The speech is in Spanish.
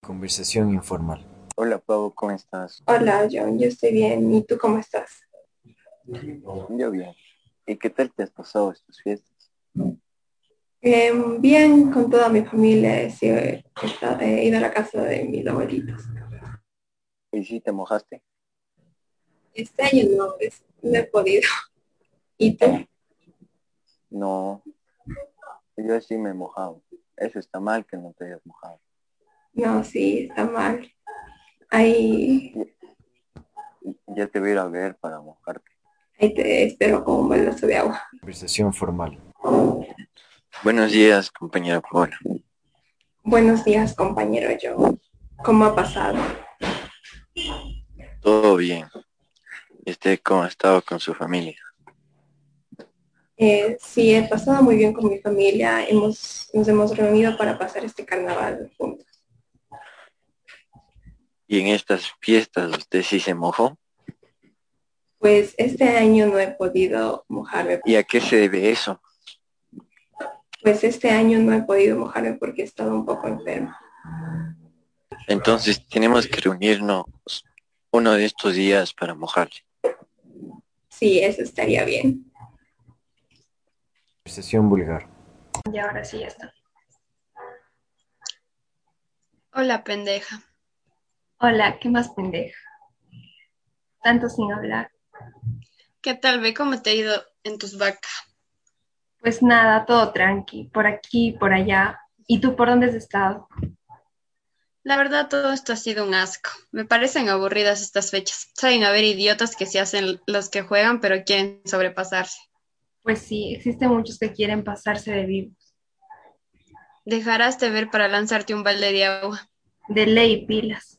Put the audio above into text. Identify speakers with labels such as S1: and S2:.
S1: Conversación informal.
S2: Hola Pau, ¿cómo estás?
S3: Hola, John, yo estoy bien. ¿Y tú cómo estás?
S2: Yo bien. ¿Y qué tal te has pasado estas fiestas?
S3: Eh, bien, con toda mi familia. He, sido- he estado- he ido a la casa de mis abuelitos.
S2: ¿Y si te mojaste?
S3: Este año no, es- no he podido. ¿Y tú?
S2: No. Yo sí me he mojado. Eso está mal que no te hayas mojado.
S3: No, sí, está mal. Ahí,
S2: Y- Ya te voy a ir a ver para mojarte.
S3: ahí te espero con un buen vaso de agua.
S1: Conversación formal.
S2: Buenos días, compañera Paola.
S3: Buenos días, compañero John. ¿Cómo ha pasado?
S2: Todo bien. ¿Y usted cómo ha estado con su familia?
S3: Eh, sí, he pasado muy bien con mi familia. Hemos, nos hemos reunido para pasar este carnaval juntos.
S2: ¿Y en estas fiestas usted sí se mojó?
S3: Pues este año no he podido mojarme
S2: ¿Y a qué se debe eso?
S3: Pues este año no he podido mojarme porque he estado un poco enferma.
S2: Entonces tenemos que reunirnos uno de estos días para mojarse.
S3: Sí, eso estaría bien.
S1: Conversación vulgar.
S4: Y ahora sí ya está. Hola, pendeja.
S5: Hola, ¿qué más pendeja? Tanto sin hablar.
S4: ¿Qué tal ve cómo te ha ido en tus vacas?
S5: Pues nada, todo tranqui, por aquí, por allá. ¿Y tú por dónde has estado?
S4: La verdad, todo esto ha sido un asco. Me parecen aburridas estas fechas. Saben haber idiotas que se hacen los que juegan, pero quieren sobrepasarse.
S5: Pues sí, existen muchos que quieren pasarse de vivos.
S4: Dejarás de ver para lanzarte un balde de agua.
S5: De ley, pilas.